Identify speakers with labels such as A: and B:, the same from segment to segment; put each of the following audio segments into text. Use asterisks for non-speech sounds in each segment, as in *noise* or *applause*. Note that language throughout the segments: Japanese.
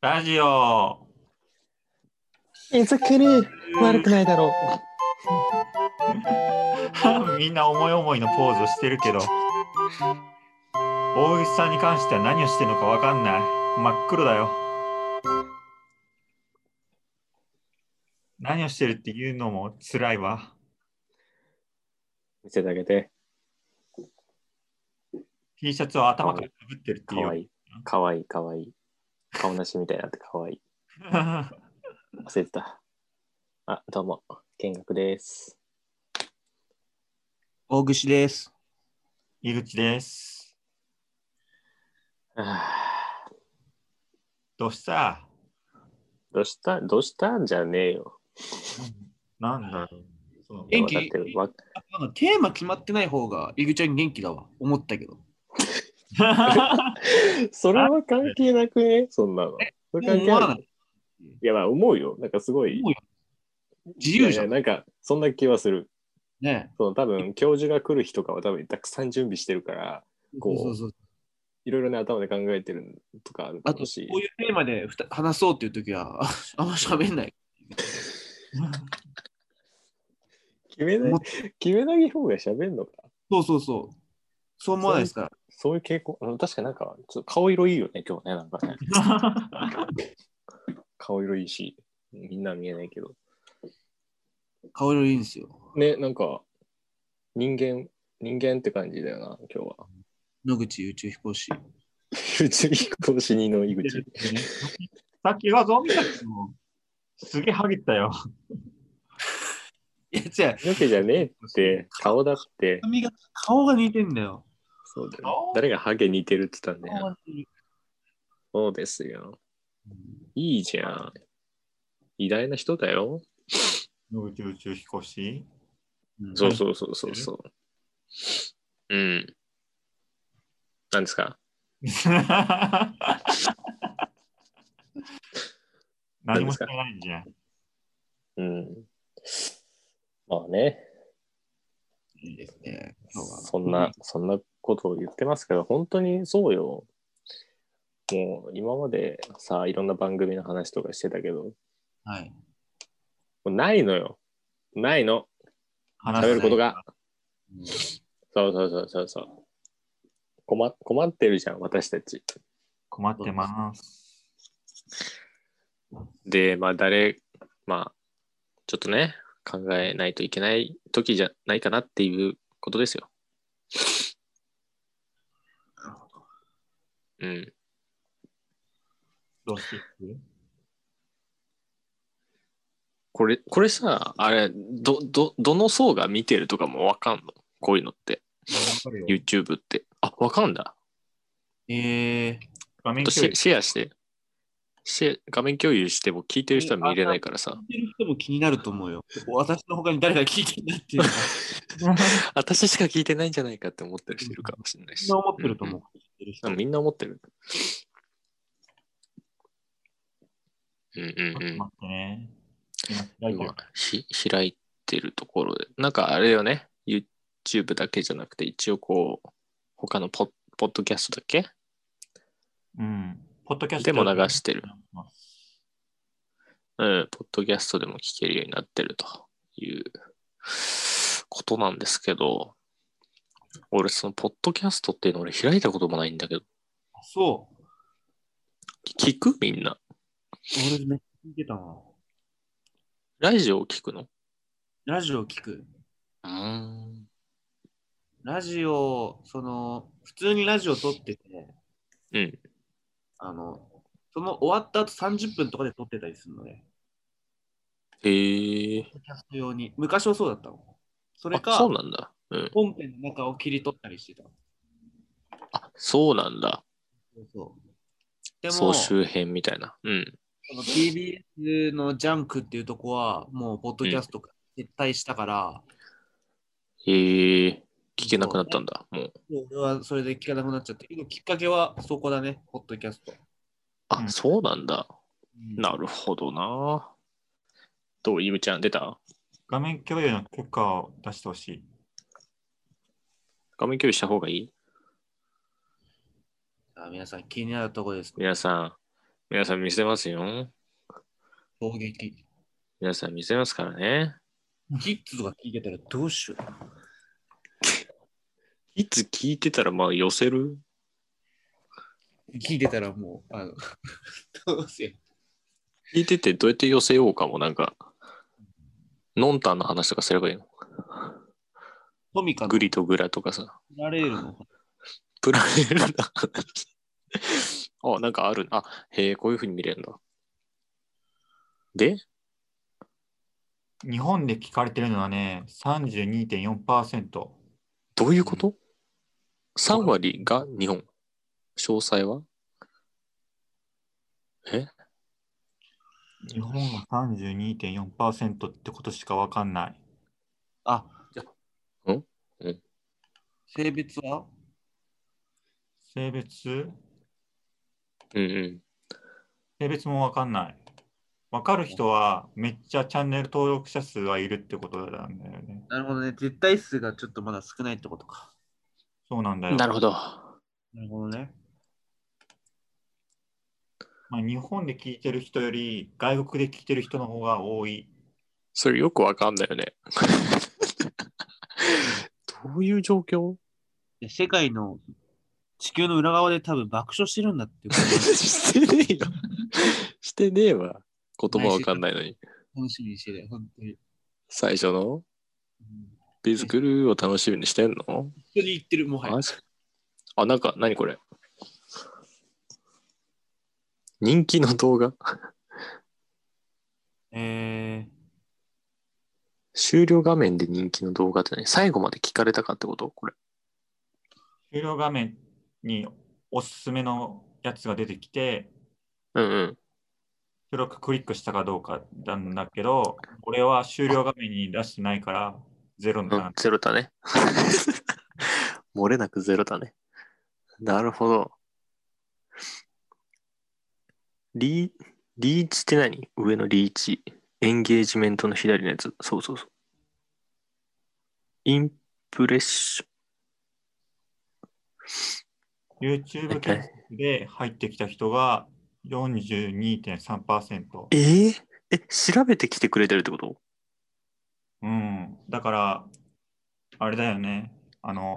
A: ラジオ
B: 手作り悪くないだろう。
A: *laughs* みんな思い思いのポーズをしてるけど大口さんに関しては何をしてるのかわかんない真っ黒だよ何をしてるっていうのも辛いわ
C: 見せてあげて。
A: T シャツを頭からかぶってるって
C: か
A: いう
C: わいい。かわいい、かわいい。顔なしみたいになってかわいい。忘れてた。あ、どうも。見学です。 *sighs*
D: 大串です。
A: *laughs* 井口です
C: あー
A: どうした
C: どうしたどうしたんじゃねえよ。
A: なん
C: *laughs*
A: だ *laughs* ろうそう
D: 元気
C: わかってるわ
D: なんかテーマ決まってない方が、イグちゃん元気だわ。思ったけど。
C: それは関係なくねそんなの。それ関係
D: 思わ
C: な。
D: ないい
C: いや、まあ思うよ。なんかすごい
D: 思う。よ自由じゃ
C: いやいや
D: ん。
C: なんか、そんな気はする。
D: ね
C: その多分、教授が来る日とかは多分、たくさん準備してるから、こう
D: そうそうそう
C: いろいろね、頭で考えてるとかあるだ
D: あ
C: ろ
D: と、こう
C: う
D: い
C: し。
D: うテーマでふた話そうっていう時は、あ *laughs* あんま喋んない。
C: 決めない、決めない方が喋んのか。
D: そうそうそう。そう思わないですから。
C: そういう傾向、うん確かになんか、ちょっと顔色いいよね、今日ね、なんか *laughs* ね。顔色いいし、みんな見えないけど。
D: 顔色いいんですよ。
C: ね、なんか、人間、人間って感じだよな、今日 *laughs* は。
D: 野口宇宙飛行士。
C: 宇宙飛行士2の井口。
A: さっきはゾンビたちもすげえハゲたよ
D: いや、じゃ
C: わけじゃねえって、顔だって、
D: 髪が、顔が似てんだよ。
C: そうだよ
A: 顔
C: 誰がハゲ似てるって言ったんだ
D: 顔
C: よ。
D: が似て
C: そうですよ。
D: る
C: いいじゃん。偉大な人だよ。
A: 野口宇宙飛行士
D: うん
C: そうそうそうそうそう。うん。なんですか
A: *laughs* 何もしてないじゃん。
C: うん。まあね、
D: いいですね。今日は
C: そんな、そんなことを言ってますけど、本当にそうよ。もう今までさ、いろんな番組の話とかしてたけど、も
D: はい。
C: うないのよ。ないの。
A: 話
C: 喋ること
A: が。
C: が。
D: うん
C: そうそうそうそうそう。困困ってるじゃん、私たち。
A: 困ってます。
C: で、まあ、誰、まあ、ちょっとね、考えないといけない時じゃないかなっていうことですよ。うん。
A: どうしていく
C: これ、これさ、あれ、ど、ど、どの層が見てるとかもわかんのこういうのって。YouTube って。あ、わかんだ。
D: えー、
A: 画面
C: シ
A: 共
C: ェ
A: 有
C: シェアして。シェ画面共有しても聞いてる人は見れないからさ
D: 聞。いてる人も気になると思うよ。私の他に誰が聞いてんだ *laughs* っていうのが、
C: *laughs* 私しか聞いてないんじゃないかって思ってる人いるかもしれない
D: み
C: し。
D: んな思ってると思う。聞いてる
C: う
D: 人
C: んうん。みんな思ってる。うんうんうん
A: 待ってね。
C: 今ひ開いてるところでなんかあれよね YouTube だけじゃなくて一応こう他のポッポッドキャストだっけ
A: うん。ポッドキャスト
C: でも流してるうんポッドキャストでも聞けるようになってるということなんですけど俺そのポッドキャストっていうの俺開いたこともないんだけど
D: そう。
C: 聞くみんな
D: 俺めっちゃ聞いてたな。
C: ラジオを聞くの
D: ラジオ聞く。
C: うん
D: ラジオ、その、普通にラジオ撮ってて、
C: うん
D: あの、その終わった後30分とかで撮ってたりするのね。
C: へえ
D: ポッドキャスト用に。昔はそうだったの。それ
C: あ
D: か、
C: そうなんだうん
D: 本編の中を切り取ったりしてた。
C: あそうなんだ
D: そうそう。でも、
C: 総集編みたいなうん
D: その TBS のジャンクっていうとこは、もう、ポッドキャストから撤退したから、
C: へえ聞けなくなったんだもう
D: もう俺はそれで聞かなくなっちゃったけど、きっかけはそこだね、ポッドキャスト。
C: あ、
A: うん
C: そうなんだ。
D: うん
C: なるほどな。どう、ゆみちゃん出た
A: 画面共有の結果を出してほしい。
C: 画面共有した方がいい
D: あ皆さん気になるとこです。
C: 皆さん、皆さん見せますよ。
D: 攻撃。
C: 皆さん見せますからね。
D: キッズとか聞いてたらどうしよう。
C: いつ聞いてたら、まあ、寄せる
D: 聞いてたらもう、あの、 *laughs* どうせ。
C: 聞いててどうやって寄せようかも、なんか、ノンタンの話とかすればいいの
D: トミカの
C: グリとグラとかさ、
D: ラレールの
C: プラレールの話。 *laughs* あ、なんかある。あ、へえ、こういうふうに見れるんだ。で、
A: 日本で聞かれてるのはね、32.4%。
C: どういうこと ?3 割が日本。詳細はえ
A: 日本が32.4%ってことしかわかんない。
D: あ、
C: んうん
D: 性別は
A: 性別
C: うんうん。
A: 性別もわかんない。わかる人はめっちゃチャンネル登録者数がいるってことなんだよね。
D: なるほどね。絶対数がちょっとまだ少ないってことか。
A: そうなんだよ。
C: なるほど。
D: なるほどね。
A: まあ、日本で聞いてる人より外国で聞いてる人の方が多い。
C: それよくわかんないよね。どういう状況
D: で世界の地球の裏側で多分爆笑してるんだっていうことを
C: してねえよ。してねえわ。言葉わかんないのに。
D: 楽しみに *laughs* してる、本当に。
C: 最初の
D: うん
C: ビズクルーを楽しみにしてんの
D: 一緒に行ってる、もはや。
C: マジあ、なんか、何これ。人気の動画。
D: え
C: 終了画面で人気の動画って何最後まで聞かれたかってことこれ。
A: 終了画面におすすめのやつが出てきて、
C: うんうん。
A: それをクリックしたかどうかなんだけど、俺は終了画面に出してないから、ゼロに
C: う、
A: なん
C: ゼロだね。 *laughs* 漏れなくゼロだね。なるほど。リーリーチって何上のリーチ。エンゲージメントの左のやつ。そうそうそう。インプレッシ
A: YouTube 検索で入ってきた人が42.3%。
C: ョン。えーえ、調べてきてくれてるってこと
A: うん。だから、あれだよね。あの、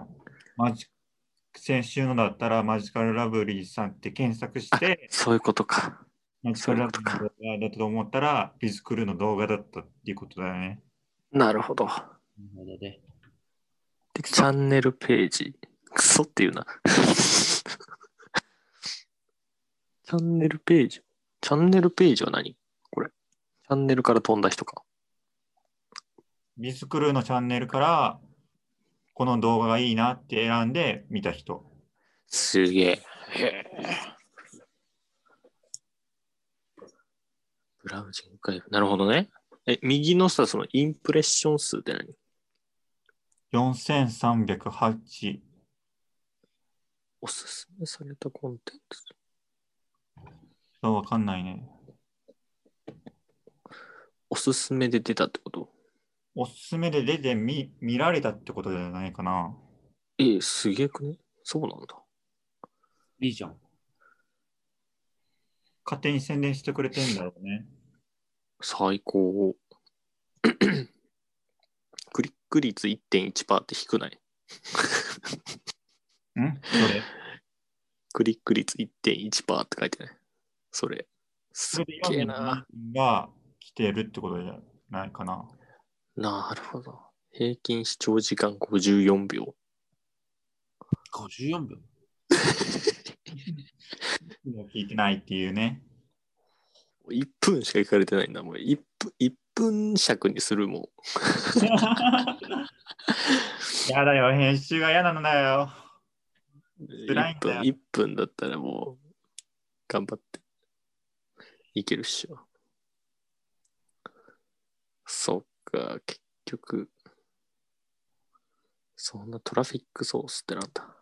A: マジ先週のだったらマジカルラブリーさんって検索して、
C: そういうことか。
A: マジカルラブリーの動画だと思ったら、ビズクルーの動画だったっていうことだよね。
C: なるほど。
D: ー、なるほどね。
C: で、チャンネルページ。クソっていう *laughs* な。チャンネルページ。チャンネルページは何これ。チャンネルから飛んだ人か。
A: ビズクルーのチャンネルから、この動画がいいなって選んで見た人。
C: すげえ。ブラウジング回復。なるほどね。え、右のさ、そのインプレッション数って何
A: 4308。
C: おすすめされたコンテンツ。
A: そうわかんないね。
C: おすすめで出たってこと
A: おすすめで出て見見られたってことじゃないかな。
C: ええ、すげえくねそうなんだ。
D: いいじゃん。
A: 勝手に宣伝してくれてんだろうね。
C: 最高。 *coughs* クリック率1.1%って低くない
A: んそれ。
C: クリック率1.1%って書いてない。それ。す
A: そ
C: っ
A: れで
C: げえ
A: 47
C: な。
A: 人が来てるってことじゃないかな。
C: なるほど。平均視聴時間54秒。
D: 54秒。
A: 聞いてないっていう
C: *laughs*
A: ね。
C: 1分しか聞かれてないんだ。もう1分、1分尺にするもん。
A: やだよ、編集が嫌なのだよ。辛いん
C: 1
A: だ
C: 分、
A: よ
C: 1分だったらもう、頑張って。いけるっしょ。そっか、結局、そんなトラフィックソースってなんだ。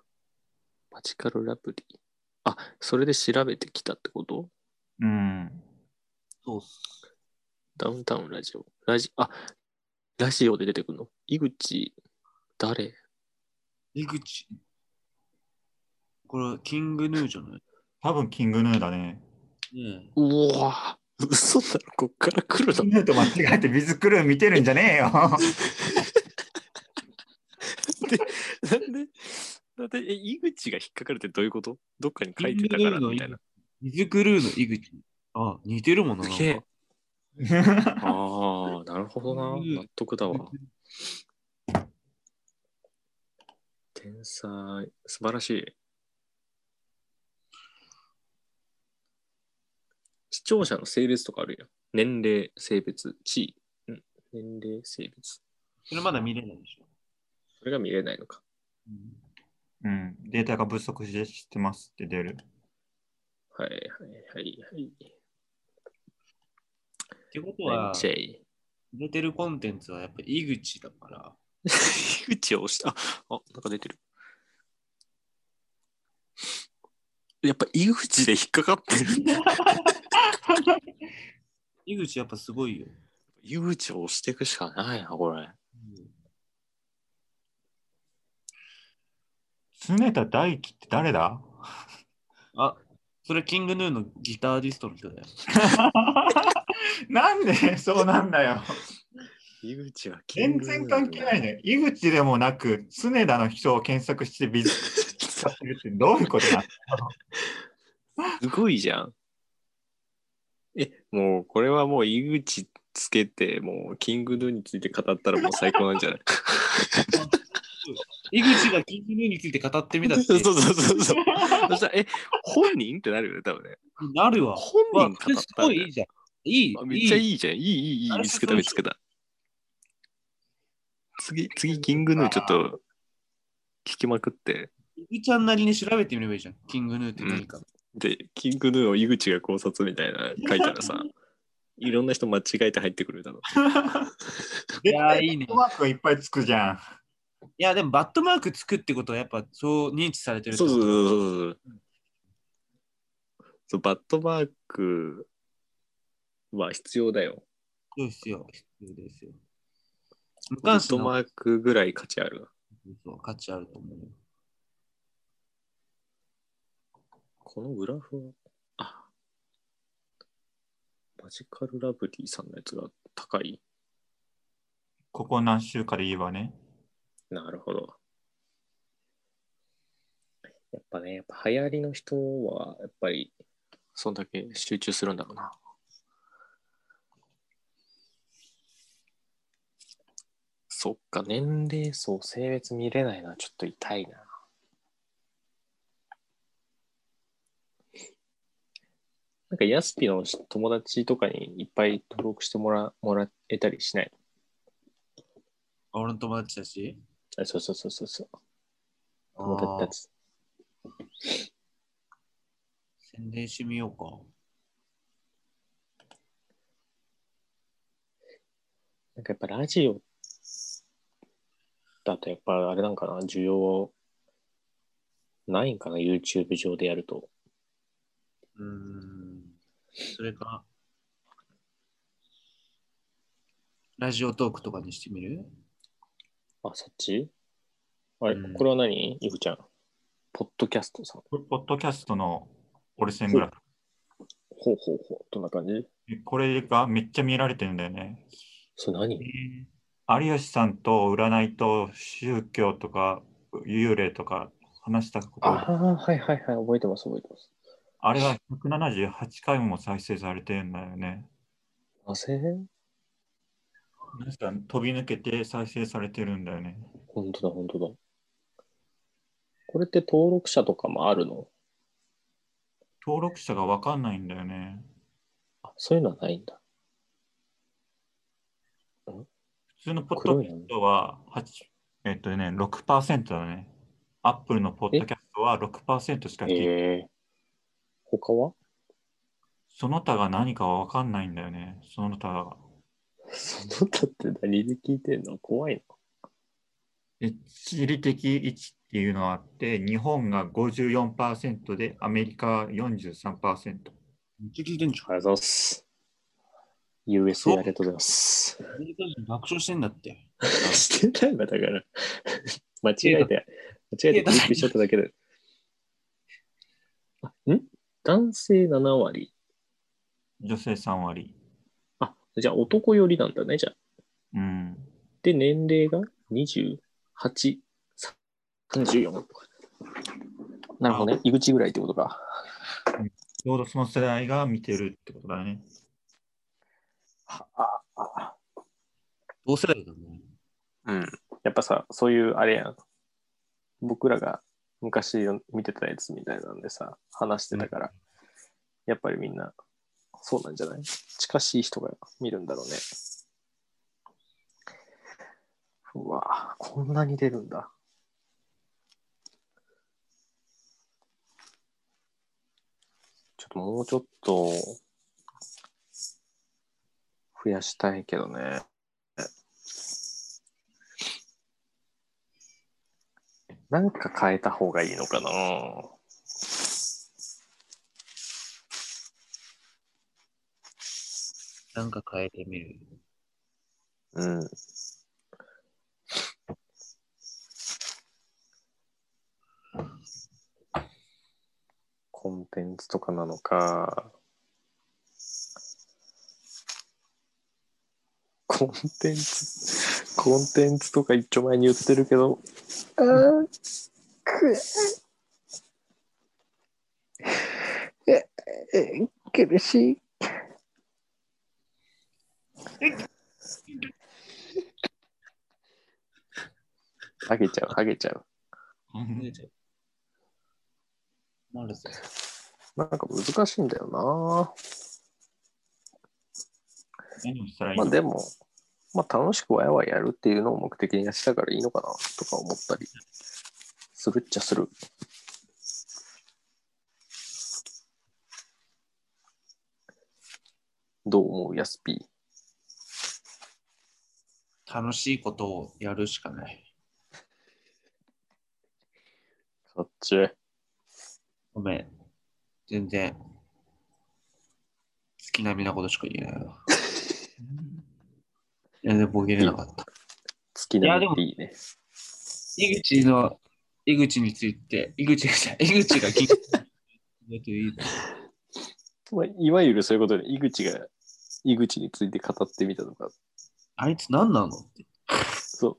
C: マジカルラブリー。あ、それで調べてきたってこと
A: うん。
D: そうっす。
C: ダウンタウンラジオ。ラジ、あ、ラジオで出てくるの井口、誰
D: 井口。これ、キングヌーじゃない
A: 多分キングヌーだね。
D: うん。
C: うわ嘘だろ、こっから来る
A: ス
C: の。
A: ヌーと間違えてビズクルー見てるんじゃねえよ。
C: *laughs* なんで、なんで、え、井口が引っかかるってどういうことどっかに書いてたからみたいな。
D: ビズクルーの井口。あ、似てるものなんか
C: すげえああ、なるほどな。
D: うん
C: 納得だわ。天才、素晴らしい。視聴者の性別とかあるやん。年齢、性別、地位。ん年齢、性別。
D: それまだ見れないでしょ。
C: それが見れないのか。
A: うん、データが不足してますって出る。
C: はいはいはいはい。
D: ってこと
C: ナイ
D: は
C: ン、チェイ。
D: 出てるコンテンツはやっぱ井口だから。
C: 井 *laughs* 口を押した。あ、なんか出てる。やっぱ井口で引っかかってる。
D: 井口やっぱすごいよ。
C: 井口を押していくしかないな、これ。
A: 常田大輝って誰だ
D: あ、それキングヌーのギタリストの人だよ。 *laughs*
A: なんでそうなんだよ。
C: 井口はキン
A: 全然
C: グヌーなんだ
A: 関係ないね。井口でもなく、常田の人を検索してビズ使ってるってどういうことだ
C: すごいじゃん。え、もうこれはもう井口つけて、もうキングヌーについて語ったらもう最高なんじゃ
A: *laughs*
C: ない
D: 井口がキングヌーについて語ってみたって
C: *laughs* そうそうそうそう。そしたら、え、本人ってなるよね、多分ね。
D: なるわ。
C: 本人語
D: わ
C: っ
D: それす
C: たら
D: ご
C: ね、
D: いいいじゃん。いい
C: あ。めっちゃ
D: い。
C: いいじゃん。いい、いい、い
D: あ
C: い、
D: れ
C: 見つけた、見つけた。次、次、キングヌーちょっと聞きまくって。
D: 井口ちゃんなりに調べてみればいいじゃん。キングヌーって何か。
C: で、キングヌーを井口が考察みたいな書いたら *laughs* さ、いろんな人間違えて入ってくるだろう。
D: いや、いいね。
A: うまくいっぱいつくじゃん。
D: いや、でもバットマークつくってことはやっぱそう認知されてるって
C: そ
D: こ
C: う
D: と
C: そうそうそうそう。そうバットマークは必要だよ。
D: そうですよ。必要ですよ。無関
C: バット
D: 心の
C: マークぐらい価値ある。
D: そう価値あると思うよ。
C: このグラフは、あ、マジカルラブリーさんのやつが高い。
A: ここ何週かで言えばね。
C: なるほど。やっぱね、やっぱ流行りの人は、やっぱり、そんだけ集中するんだろうな。そっか、年齢層、性別見れないのはちょっと痛いな。なんか、ヤスピの友達とかにいっぱい登録してもらもらえたりしない
D: 俺の友達だし。
C: あそうそうそうそうそう。
D: あ
C: 友達
D: ー
C: たち。
D: 宣伝してみようか。
C: なんかやっぱラジオだとやっぱあれなんかな、需要ないんかな、YouTube 上でやると。
D: うーん。それか、ラジオトークとかにしてみる
C: あ、そっちあれ、
D: うん
C: これは何ゆくちゃん。ポッドキャストさん。
A: ポポッドキャストの折れ線グラフ。
C: ほうほうほう。どんな感じ
A: えこれがめっちゃ見られてるんだよね。
C: それ何
A: 有吉さんと占いと宗教とか幽霊とか話したこと
C: ああ、はいはいはい。覚えてます覚えてます。
A: あれは178回も再生されてるんだよね。
C: なぜ
A: 皆さん飛び抜けて再生されてるんだよね。
C: 本当だ本当だ。これって登録者とかもあるの
A: 登録者がわかんないんだよね。
C: あ、そういうのはないんだ。
A: 普通のポッドキャストは8、えっとね、6%だね。アップルのポッドキャストは6%しか聞いてない。
C: へえ。他は
A: その他が何かはわかんないんだよね。その他が。
C: その他って何で聞いてんの怖い
A: で地理的位置っていうのがあって、日本が54%でアメリカは43%。
D: めっちゃ聞いてんじゃん。
C: の。ありがとうございます。USA ありがとうございます。
D: アメリカ人爆笑してんだって。
C: してないわ、だから。 *laughs* 間違えて、間違えてクリックしちゃっただけで。あん男性7割、
A: 女性3割。
C: あ、じゃあ男寄りなんだね、じゃあ。
A: うん。
C: で、年齢が28、34とか。なるほどね。井口ぐらいってことか。
A: ちょうどその世代が見てるってことだね。
D: 同世代だね。
C: うん。やっぱさ、そういうあれやん。僕らが昔の見てたやつみたいなんでさ、話してたから、やっぱりみんな、そうなんじゃない近しい人が見るんだろうね。うわこんなに出るんだ。ちょっともうちょっと、増やしたいけどね。なんか変えた方がいいのかな
D: なんか変えてみる。
C: うん。コンテンツとかなのか。コンテンツ、コンテンツとか一丁前に言ってるけど、あーくええ苦しい。あげちゃう、あげちゃう。
D: *laughs* なるぜ。
C: なんか難しいんだよな。
A: 何をしたらいい
C: ま
A: の
C: あでも、まあ楽しくワイワイやるっていうのを目的にしたからいいのかなとか思ったりするっちゃする。どう思う、やすぴー。
D: 楽しいことをやるしかない。
C: そっち。
D: ごめん。全然。月並みなことしか言えないわ。全然ボケれなかった。
C: 月
D: いやで
C: 並み
D: も
C: っていいね。
D: 井口の、井口について、井口が、井口が聞いてだといいな
C: まあ、いわゆるそういうことで、井口が井口について語ってみたとか、
D: あいつ何なのって。
C: そう。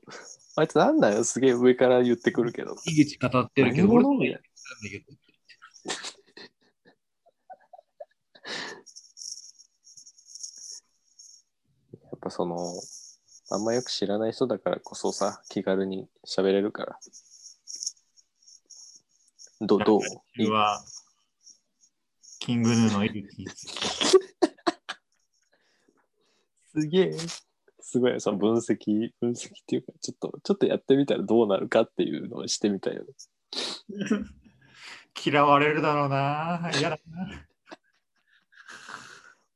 C: あいつなんだよ、すげえ上から言ってくるけど。
D: 井口語ってるけど、
C: 何
D: 俺
C: 者
D: も
C: みたい
D: 言っ
C: な
D: たんだけど。
C: やっぱその、あんまよく知らない人だからこそさ、気軽に喋れるから。どどう
A: 僕は、キングヌーの井口。
C: すげえ。すごい、その分析、分析っていうか、ちょっと、ちょっとやってみたらどうなるかっていうのをしてみたいよね。
A: 嫌われるだろうな。嫌だな。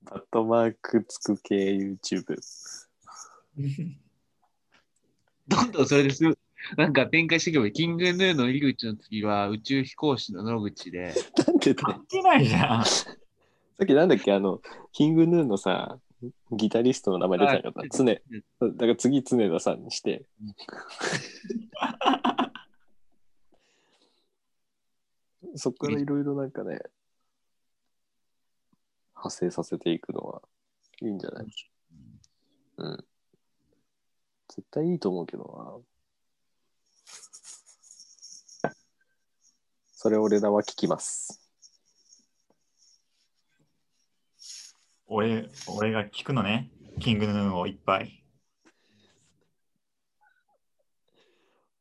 C: バットマークつく系 YouTube。 *laughs*
D: どんどんそれです。なんか展開していけばいい、キングヌーの入り口の次は宇宙飛行士の野口で、
C: なんでだ
A: 関係ないじゃん。
C: さっきなんだっけ、あの、キングヌーのさ、ギタリストの名前出てなかった。常。だから次、常田さんに *laughs* して。そこからいろいろなんかね、派生させていくのはいいんじゃないうん。絶対いいと思うけどな。それ俺らは聞きます。
A: 俺、俺が聞くのね。キングヌーをいっぱい。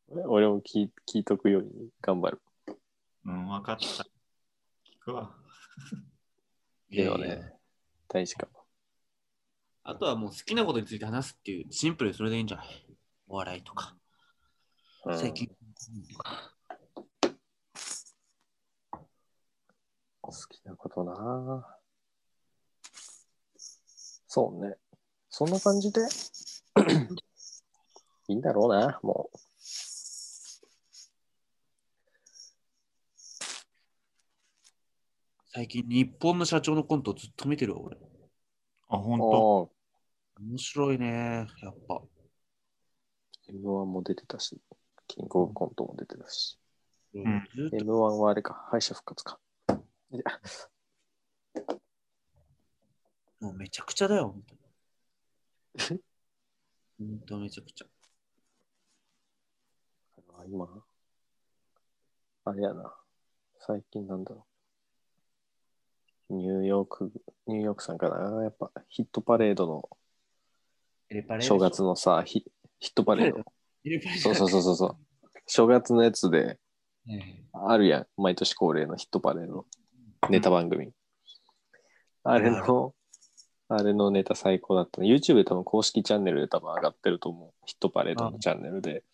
C: 俺も聞い聞いとくように頑張る。
A: うん、分かった。聞くわ。
D: いやいや
C: けどね大事かも。
D: あとはもう好きなことについて話すっていう、シンプルにそれでいいんじゃないお笑いとか、
C: うん
D: 最近とか。
C: 好きなことなぁそうね。そんな
A: *coughs*
C: 感じでいいんだろうな、もう。
D: 最近日本の社長のコントずっと見てるわ、俺。
A: あ、本当。
C: お
D: 面白いね、やっぱ。
C: M1 も出てたし、キングオブコントも出てたし。
A: ん
D: ずっと
C: M1 *laughs* はあれか、敗者復活か。いや
E: もうめちゃくちゃだよ、本当に。本当めちゃくちゃ。
C: あ今、あれやな。最近なんだろう。ニューヨーク、ニューヨークさんかな。やっぱヒットパレードの
E: レパレーショ
C: 正
E: ン
C: 月のさ、ヒヒットパレード。
E: レパレーショ
C: そ
E: ン
C: うそうそうそうそう。正月のやつで、
E: はいはい *laughs*
C: あるやん。毎年恒例のヒットパレード。ネタ番組。あれの、あれのネタ最高だったね。YouTube で多分公式チャンネルで多分上がってると思う。ヒットパレードのチャンネルで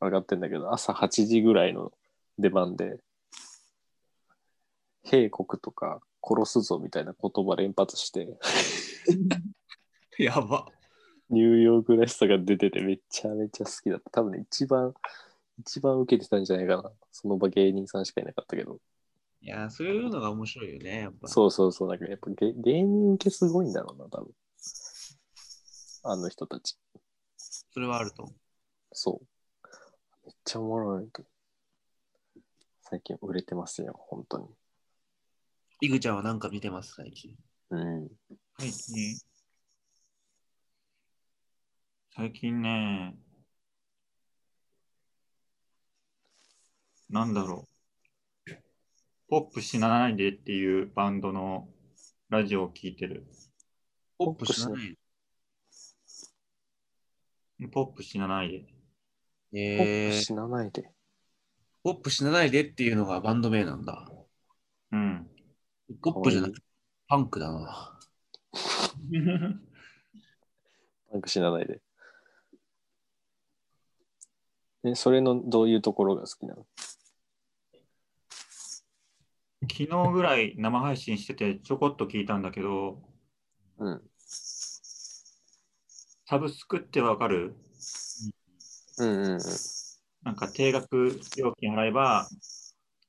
C: 上がってんだけど、朝8時ぐらいの出番で、兵国とか殺すぞみたいな言葉連発して、
A: やば。
C: ニューヨークらしさが出ててめちゃめちゃ好きだった。多分ね、一番、一番受けてたんじゃないかな。その場芸人さんしかいなかったけど。
D: いやー、そういうのが面白いよね、やっぱ。
C: そうそうそう。なんかやっぱ芸芸人受けすごいんだろうな、多分。あの人たち。
D: それはあると思う。
C: そう。めっちゃおもろいけど。最近売れてますよ、本当に。
E: イグちゃんはなんか見てます、最近。
C: うん。
A: 最近。最近ね。なんだろう。ポップ死なないでっていうバンドのラジオを聞いてる。
D: ポップしない。
A: ポップ死なないで。
C: ポッ
E: え
C: プ
E: ー、
C: 死なないで。
E: ポップしなないでっていうのがバンド名なんだ。
C: *laughs*
A: うん。
E: ポップじゃなくて、パンクだな。
C: パンク死なないで。え、それのどういうところが好きなの
A: 昨日ぐらい生配信しててちょこっと聞いたんだけど、
C: うん。
A: サブスクってわかる
C: うんうんうん。
A: なんか定額料金払えば、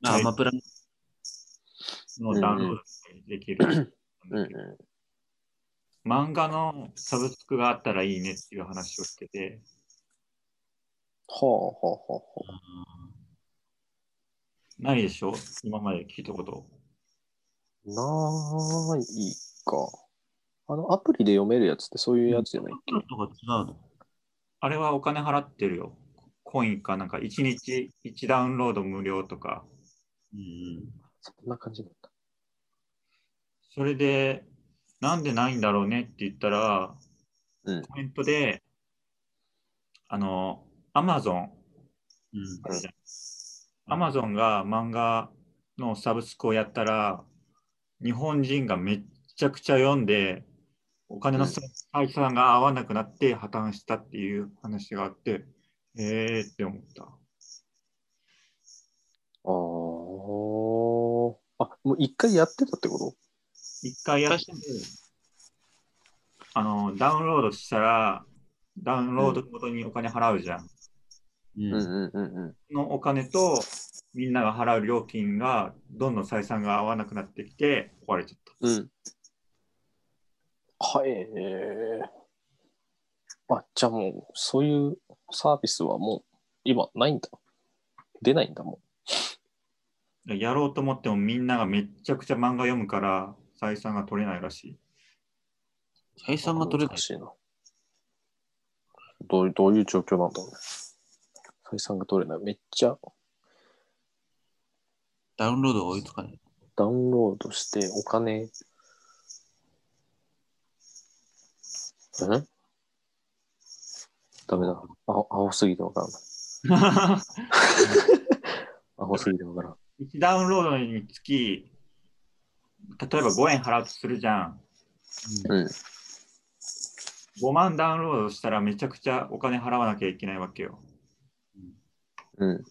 E: あ、
A: はい
E: アマプラ
A: のダウンロードできる。
C: うんう
A: 漫画のサブスクがあったらいいねっていう話をしてて、
C: ん。ほうほうほうほ
A: ないでしょ今まで聞いたこと。
C: う。ないか。あの、アプリで読めるやつってそういうやつじゃないっけ、
E: とか違うの
A: あれはお金払ってるよ。コインかなんか1日1ダウンロード無料とか。
E: うん
C: そんな感じなんだ。
A: それで、なんでないんだろうねって言ったら、
C: うん
A: コメントで、あの、アマゾン、
E: うん。
A: アマゾンが漫画のサブスクをやったら、日本人がめっちゃくちゃ読んで、お金の採算が合わなくなって破綻したっていう話があって、えーって思った。
C: あーあ、もう一回やってたってこと
A: 一回やって、あの、ダウンロードしたら、ダウンロードごとにお金払うじゃん。
E: うん
C: うんうんうんうん。
A: そのお金とみんなが払う料金がどんどん採算が合わなくなってきて壊れちゃった。
C: うん。はい、えー。あ、じゃあもう、そういうサービスはもう、今、ないんだ。出ないんだもん。
A: やろうと思ってもみんながめっちゃくちゃ漫画読むから採算が取れないらしい。
E: 採算が取れな
C: 難
E: い。
C: しいな。どうどういう状況なんだろうね。採算が取れない。めっちゃ
E: ダウンロードが追いつかない。
C: ダウンロードしてお金。んダメだ。青青すぎてわからない。 *laughs* 青すぎてわからん。
A: 1ダウンロードにつき、例えば5円払うとするじゃん。
C: うん。
A: 5万ダウンロードしたらめちゃくちゃお金払わなきゃいけないわけよ。
C: うん。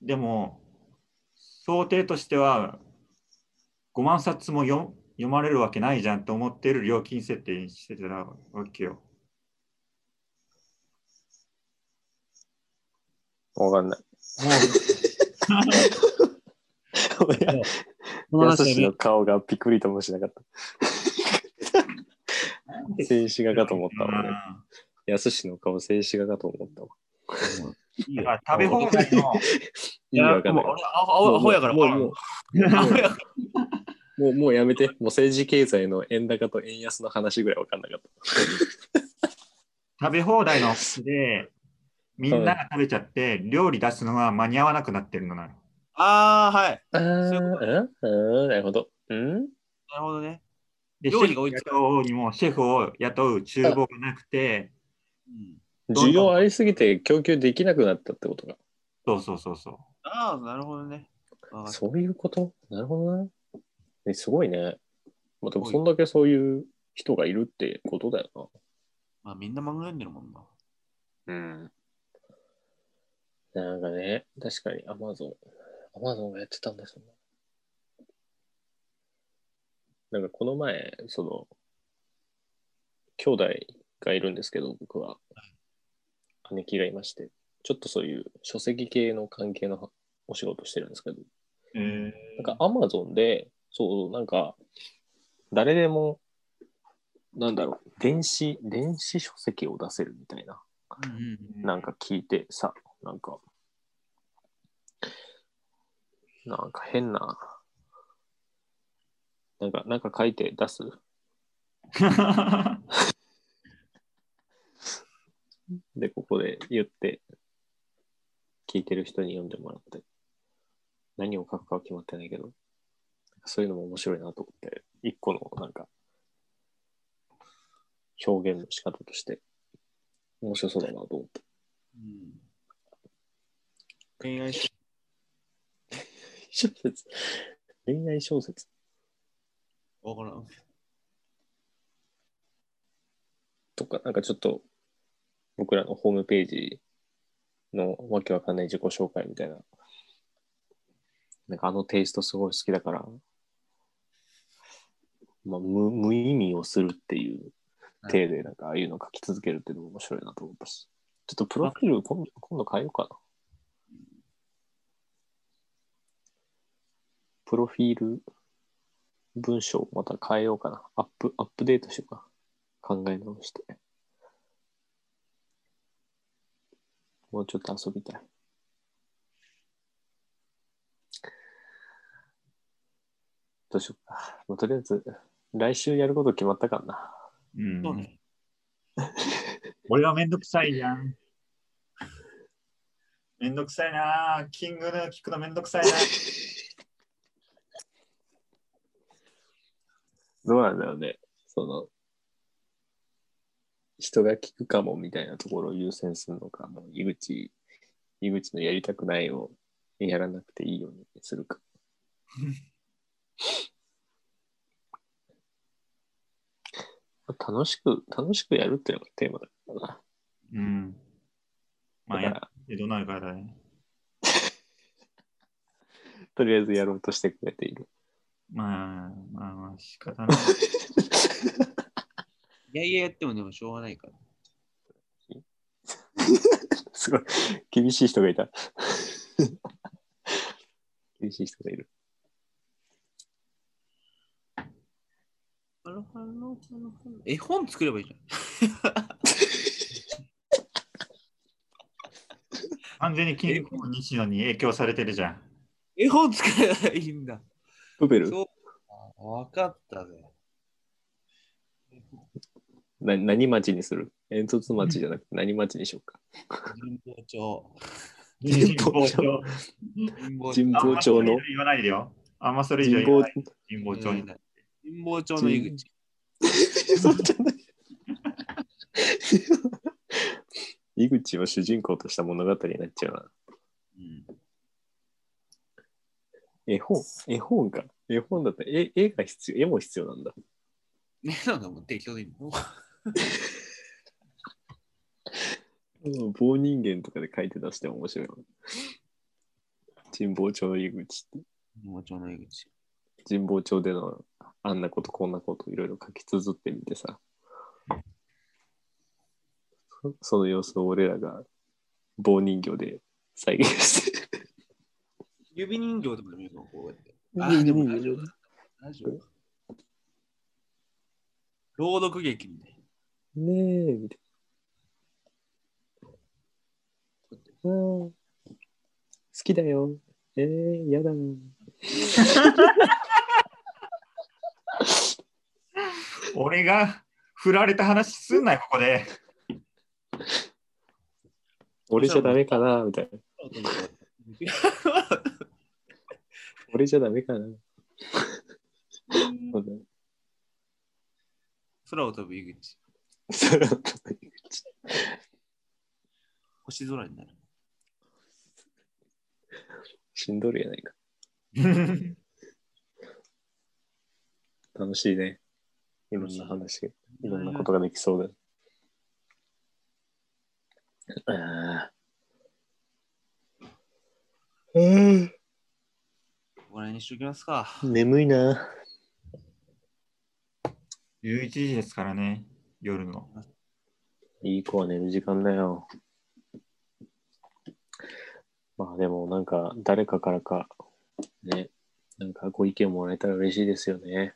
A: でも、想定としては5万冊も読読まれるわけないじゃんと思ってる料金設定にしてたわけ
C: *laughs*
A: よ。
C: わかん *laughs* ない。
A: もう
C: やすしの顔がピクリともしなか *laughs* った。静止画かと思ったわね。やすしの顔静止画かと思ったわ。
A: だから食べ放題の
C: *laughs* 意味わかんない。
E: 俺、アホアホアホやから。
C: もうもうもう
E: アホやから
C: もう、もうやめて。もう政治経済の円高と円安の話ぐらい分かんなかった。
A: 食べ放題のお店で、みんなが食べちゃって、料理出すのが間に合わなくなってるのなの。
E: ああ、はい。
C: あ
E: そういうこ
C: ーうんうんなるほど。うん
E: なるほどね。
A: で、
E: 料理が追いつ
A: シェフを雇うにもシェフを雇う厨房がなくて、
E: うん、
C: 需要ありすぎて供給できなくなったってことか。
A: そうそうそうそう。
E: ああ、なるほどね。あー
C: そういうことなるほどな。えすごいね。まあ、でもそんだけそういう人がいるってことだよ
E: まあ、みんな漫画読んでるもんな。
C: な。うん。なんかね、確かに Amazon、Amazon がやってたんだそんな。なんかこの前、その、兄弟がいるんですけど、僕は、姉貴がいまして、ちょっとそういう書籍系の関係のお仕事してるんですけど、
A: え
C: なんかアマゾンで、そう、なんか、誰でも、なんだろう、電子、電子書籍を出せるみたいな、なんか聞いてさ、なんか、なんか変な、なんか、なんか書いて出す。
A: ー、
C: で、ここで言って、聞いてる人に読んでもらって、何を書くかは決まってないけど、そういうのも面白いなと思って、一個のなんか、表現の仕方として、面白そうだなと思って。
E: うん。恋愛し
C: 小説恋愛小説
E: わからん。
C: とか、なんかちょっと、僕らのホームページのわけわかんない自己紹介みたいな、なんかあのテイストすごい好きだから、まあ、無無意味をするっていう体で、なんかああいうの書き続けるっていうのも面白いなと思ったし、ちょっとプロフィール今度今度変えようかな。プロフィール文章をまた変えようかな。アップ、アップデートしようかな。考え直して。もうちょっと遊びたい。どうしようか。まあ、とりあえず、来週やること決まったかな。
A: うん
E: そうね。
A: 俺はめんどくさいじゃん。めんどくさいなぁ。キングヌー聞くのめんどくさ
E: *laughs*
A: いなぁ。
C: どうなんだろうね。その、人が聞くかもみたいなところを優先するのか、もう井口、井口のやりたくないをやらなくていいようにす
A: *laughs*
C: るか。楽しく、楽しくやるっていうのがテーマだからな。
A: うん。まあ、や
C: だ
A: っ
C: から、
A: てどうなるかだね。
C: とりあえずやろうとしてくれている。
A: まあ、まあ、まあ、仕方ない。
E: いやいややってもでもしょうがないから。
C: すごい、 *laughs* 厳しい人がいた。 *laughs* 厳しい人がいる。
E: ハロハロハロハロ絵本作ればいいじ
A: 完全にキングヌー西野に影響されてるじゃ
E: ゃ
A: ん。
E: ん。絵本作ればいいんだ。
C: プペル
E: そうか。わかったぜ。
C: な何町にする煙突町じゃなくて何町にしようか。
E: 人望町。
A: 人
C: 望
A: 望
C: 町
A: 町。
E: 人望
C: 神
A: あん
C: 保
A: ま
C: 町
A: それ以
C: の
A: 上言わないでよ。あんまそれ以上
C: 神
A: 言わ
C: 保
A: ない。人望町に。
E: 人望町の井口。
C: *laughs* そうじゃない。井口を主人公とした物語になっちゃうな。
E: うん
C: 絵本絵本か。絵本だったら絵絵が必要、絵も必要なんだ。
E: ねなんかもう適当でいいの
C: うん棒人間とかで書いて出しても面白いわ。神保町の井口って。
E: 人望町の井口。
C: 神保町でのあんなことこんなこといろいろ書き綴ってみてさそその様子を俺らが棒人形で再現して
E: 指人形とかでもいいのこうやって。あー、
C: 指
E: で
C: 人形
E: もラジオだ。ラジオだ。朗読劇みたいな。
C: ねえみたいなうん好きだよえー、やだ
A: 俺が振られた話すんなよ、ここ *laughs* で。
C: 俺じゃダメかなみたいな。俺じゃダメかな *laughs* そうだね *laughs*
E: 空を飛ぶ井口。
C: そうだね
E: 星空になる。
C: しんどるやないか。楽しいね。いろんな話が、いろんなことができそうだ。ああ、
B: うん。
E: ここら辺にしときますか。
C: 眠いな。
A: 11時ですからね、夜の。
C: いい子は寝る時間だよ。まあでもなんか誰かからかね、なんかご意見もらえたら嬉しいですよね。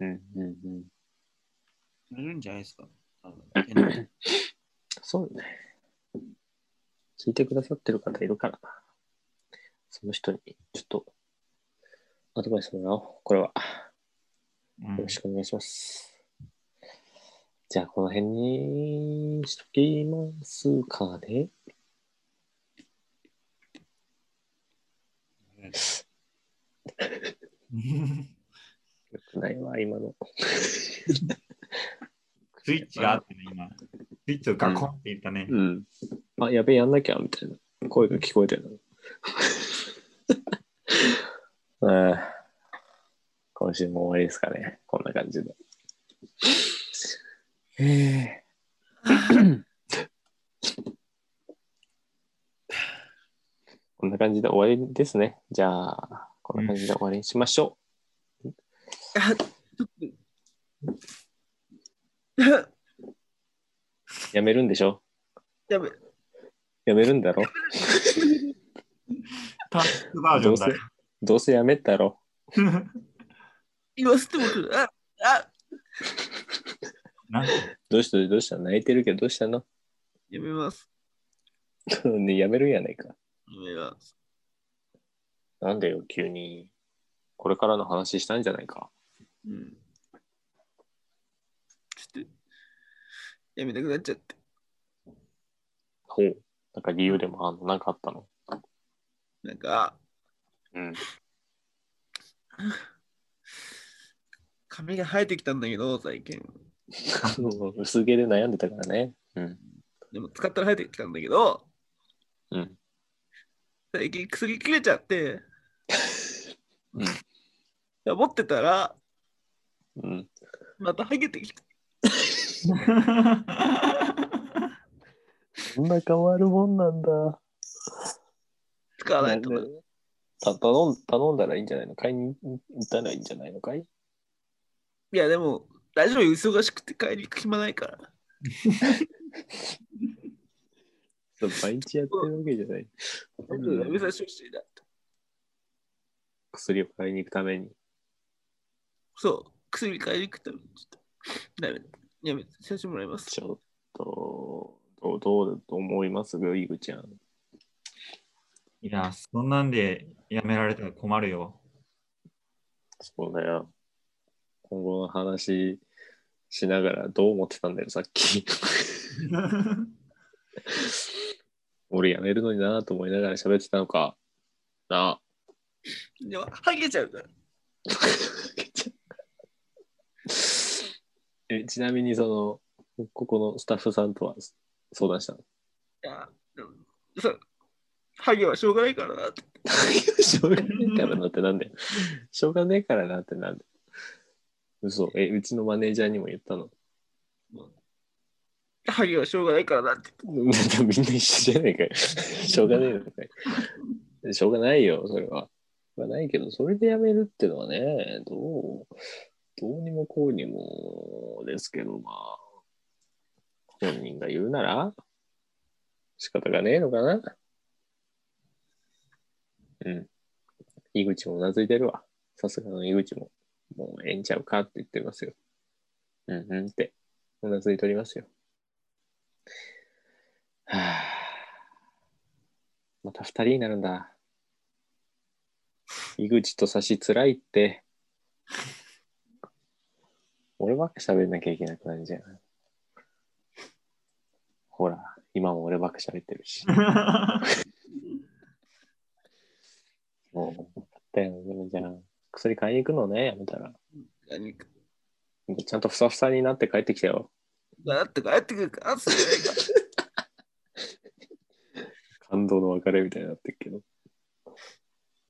C: うんうんうん。
E: 寝れるんじゃないですか。多分
C: そうね。聞いてくださってる方いるからな。その人にちょっとアドバイスもらおう。これは。
A: うん
C: よろしくお願いします。じゃあ、この辺にしときますかね。よくないわ、今の。
A: *laughs* スイッチがあってね、今。スイッチをガコンって言ったね。
C: うん。あ、やべえ、やんなきゃ、みたいな声が聞こえてる。 *laughs* うん今週も終わりですかね。こんな感じで。えー *laughs* こんな感じで終わりですね。じゃあ、こんな感じで終わりにしましょう。やめるんでしょ
B: やめ
C: やめるんだろ
A: タンクバージョン
C: どうせ
A: だよ。、
C: どうせやめたろ。
B: 言わせてもくる。ああ
A: なんか
C: どうしたどうした泣いてるけどどうしたの *laughs*
B: やめます。
C: ねやめるんやないか。
B: やめます。
C: なんでよ、急に。これからの話したんじゃないか。
B: うん。ちょっと、やめなくなっちゃって。
C: ほう。なんか理由でもあんのなんかあったの
B: なんか、
C: うん。
B: 髪が生えてきたんだけど、最近。
C: 薄毛で悩んでたからね。うん。
B: でも使ったら生えてきたんだけど、
C: うん。
B: 最近薬切れちゃって、
C: うん
B: サボってたら、
C: うん。
B: またハゲてきた。
C: そんな変わるもんなんだ。
B: 使わないと
C: なんでた頼ん頼んだらいいんじゃないの買いに行ったらいいんじゃないのかい
B: いや、でも、大丈夫、忙しくて帰り行く暇ないから。
C: そう毎日やってるわけじゃない。
B: 大丈夫、やめさせてほしいなって。
C: 薬を買いに行くために。
B: そう、薬買いに行くために、ちょっと、ダメだ。やめさせてもらいます。
C: ちょっと、どうどうと思いますイグちゃん。
A: *laughs* いや、そんなんでやめられたら困るよ。
C: そうだよ。今後の話しながらどう思ってたんだよ、さっ
B: *laughs*
C: き。俺やめるのになぁと思いながら喋ってたのか。なあ。
B: でも、ハゲちゃうから。
C: *laughs* えちなみに、その、ここのスタッフさんとは相談したの *laughs*
B: いや、でもそうハゲはしょうがないからなって。
C: しょうがねえからなってなんでしょうがねえからなってなんで嘘。え、うちのマネージャーにも言ったの。
B: ハゲはしょうがないからなって。
C: *laughs* みんな一緒じゃないかよ。しょうがねえのかよ。しょうがないよ、それは。しょうがないけど、それでやめるってのはね、どう、どうにもこうにもですけど、まあ、本人が言うなら、仕方がねえのかな。うん。井口もうなずいてるわ。さすがの井口も、もうええんちゃうかって言ってますよ。うんうんって、うなずいておりますよ。はあまた二人になるんだ。井口と差しつらいって。俺ばっか喋んなきゃいけなくなるんじゃないほら、今も俺ばっか喋ってるし。もう、だよね、じゃあ、薬買いに行くのね、やめたら。
B: 何か。
C: ちゃんとふさふさになって帰ってきたよ。
B: だって帰ってくるから、それじゃないか。
C: 感動の別れみたいになってるけど。い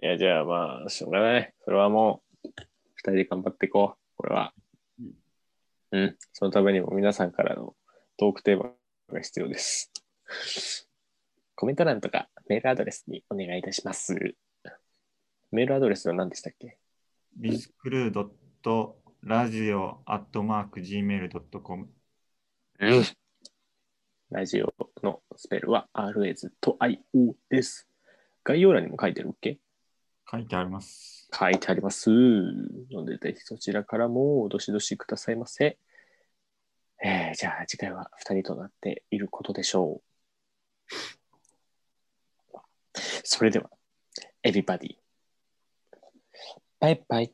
C: や、じゃあまあ、しょうがない。それはもう、二人で頑張っていこう。これは。うん。そのためにも皆さんからのトークテーマが必要です。コメント欄とかメールアドレスにお願いいたします。メールアドレスは何でしたっけ
A: bizcrew.radio.gmail.com
C: うん。ラジオのスペルは RS と IO です。概要欄にも書いてるっけ
A: 書いてあります。
C: 書いてあります。ので、ぜひそちらからもどしどしくださいませ。えーじゃあ次回は2人となっていることでしょう。それでは、エビバディ。バイバイ。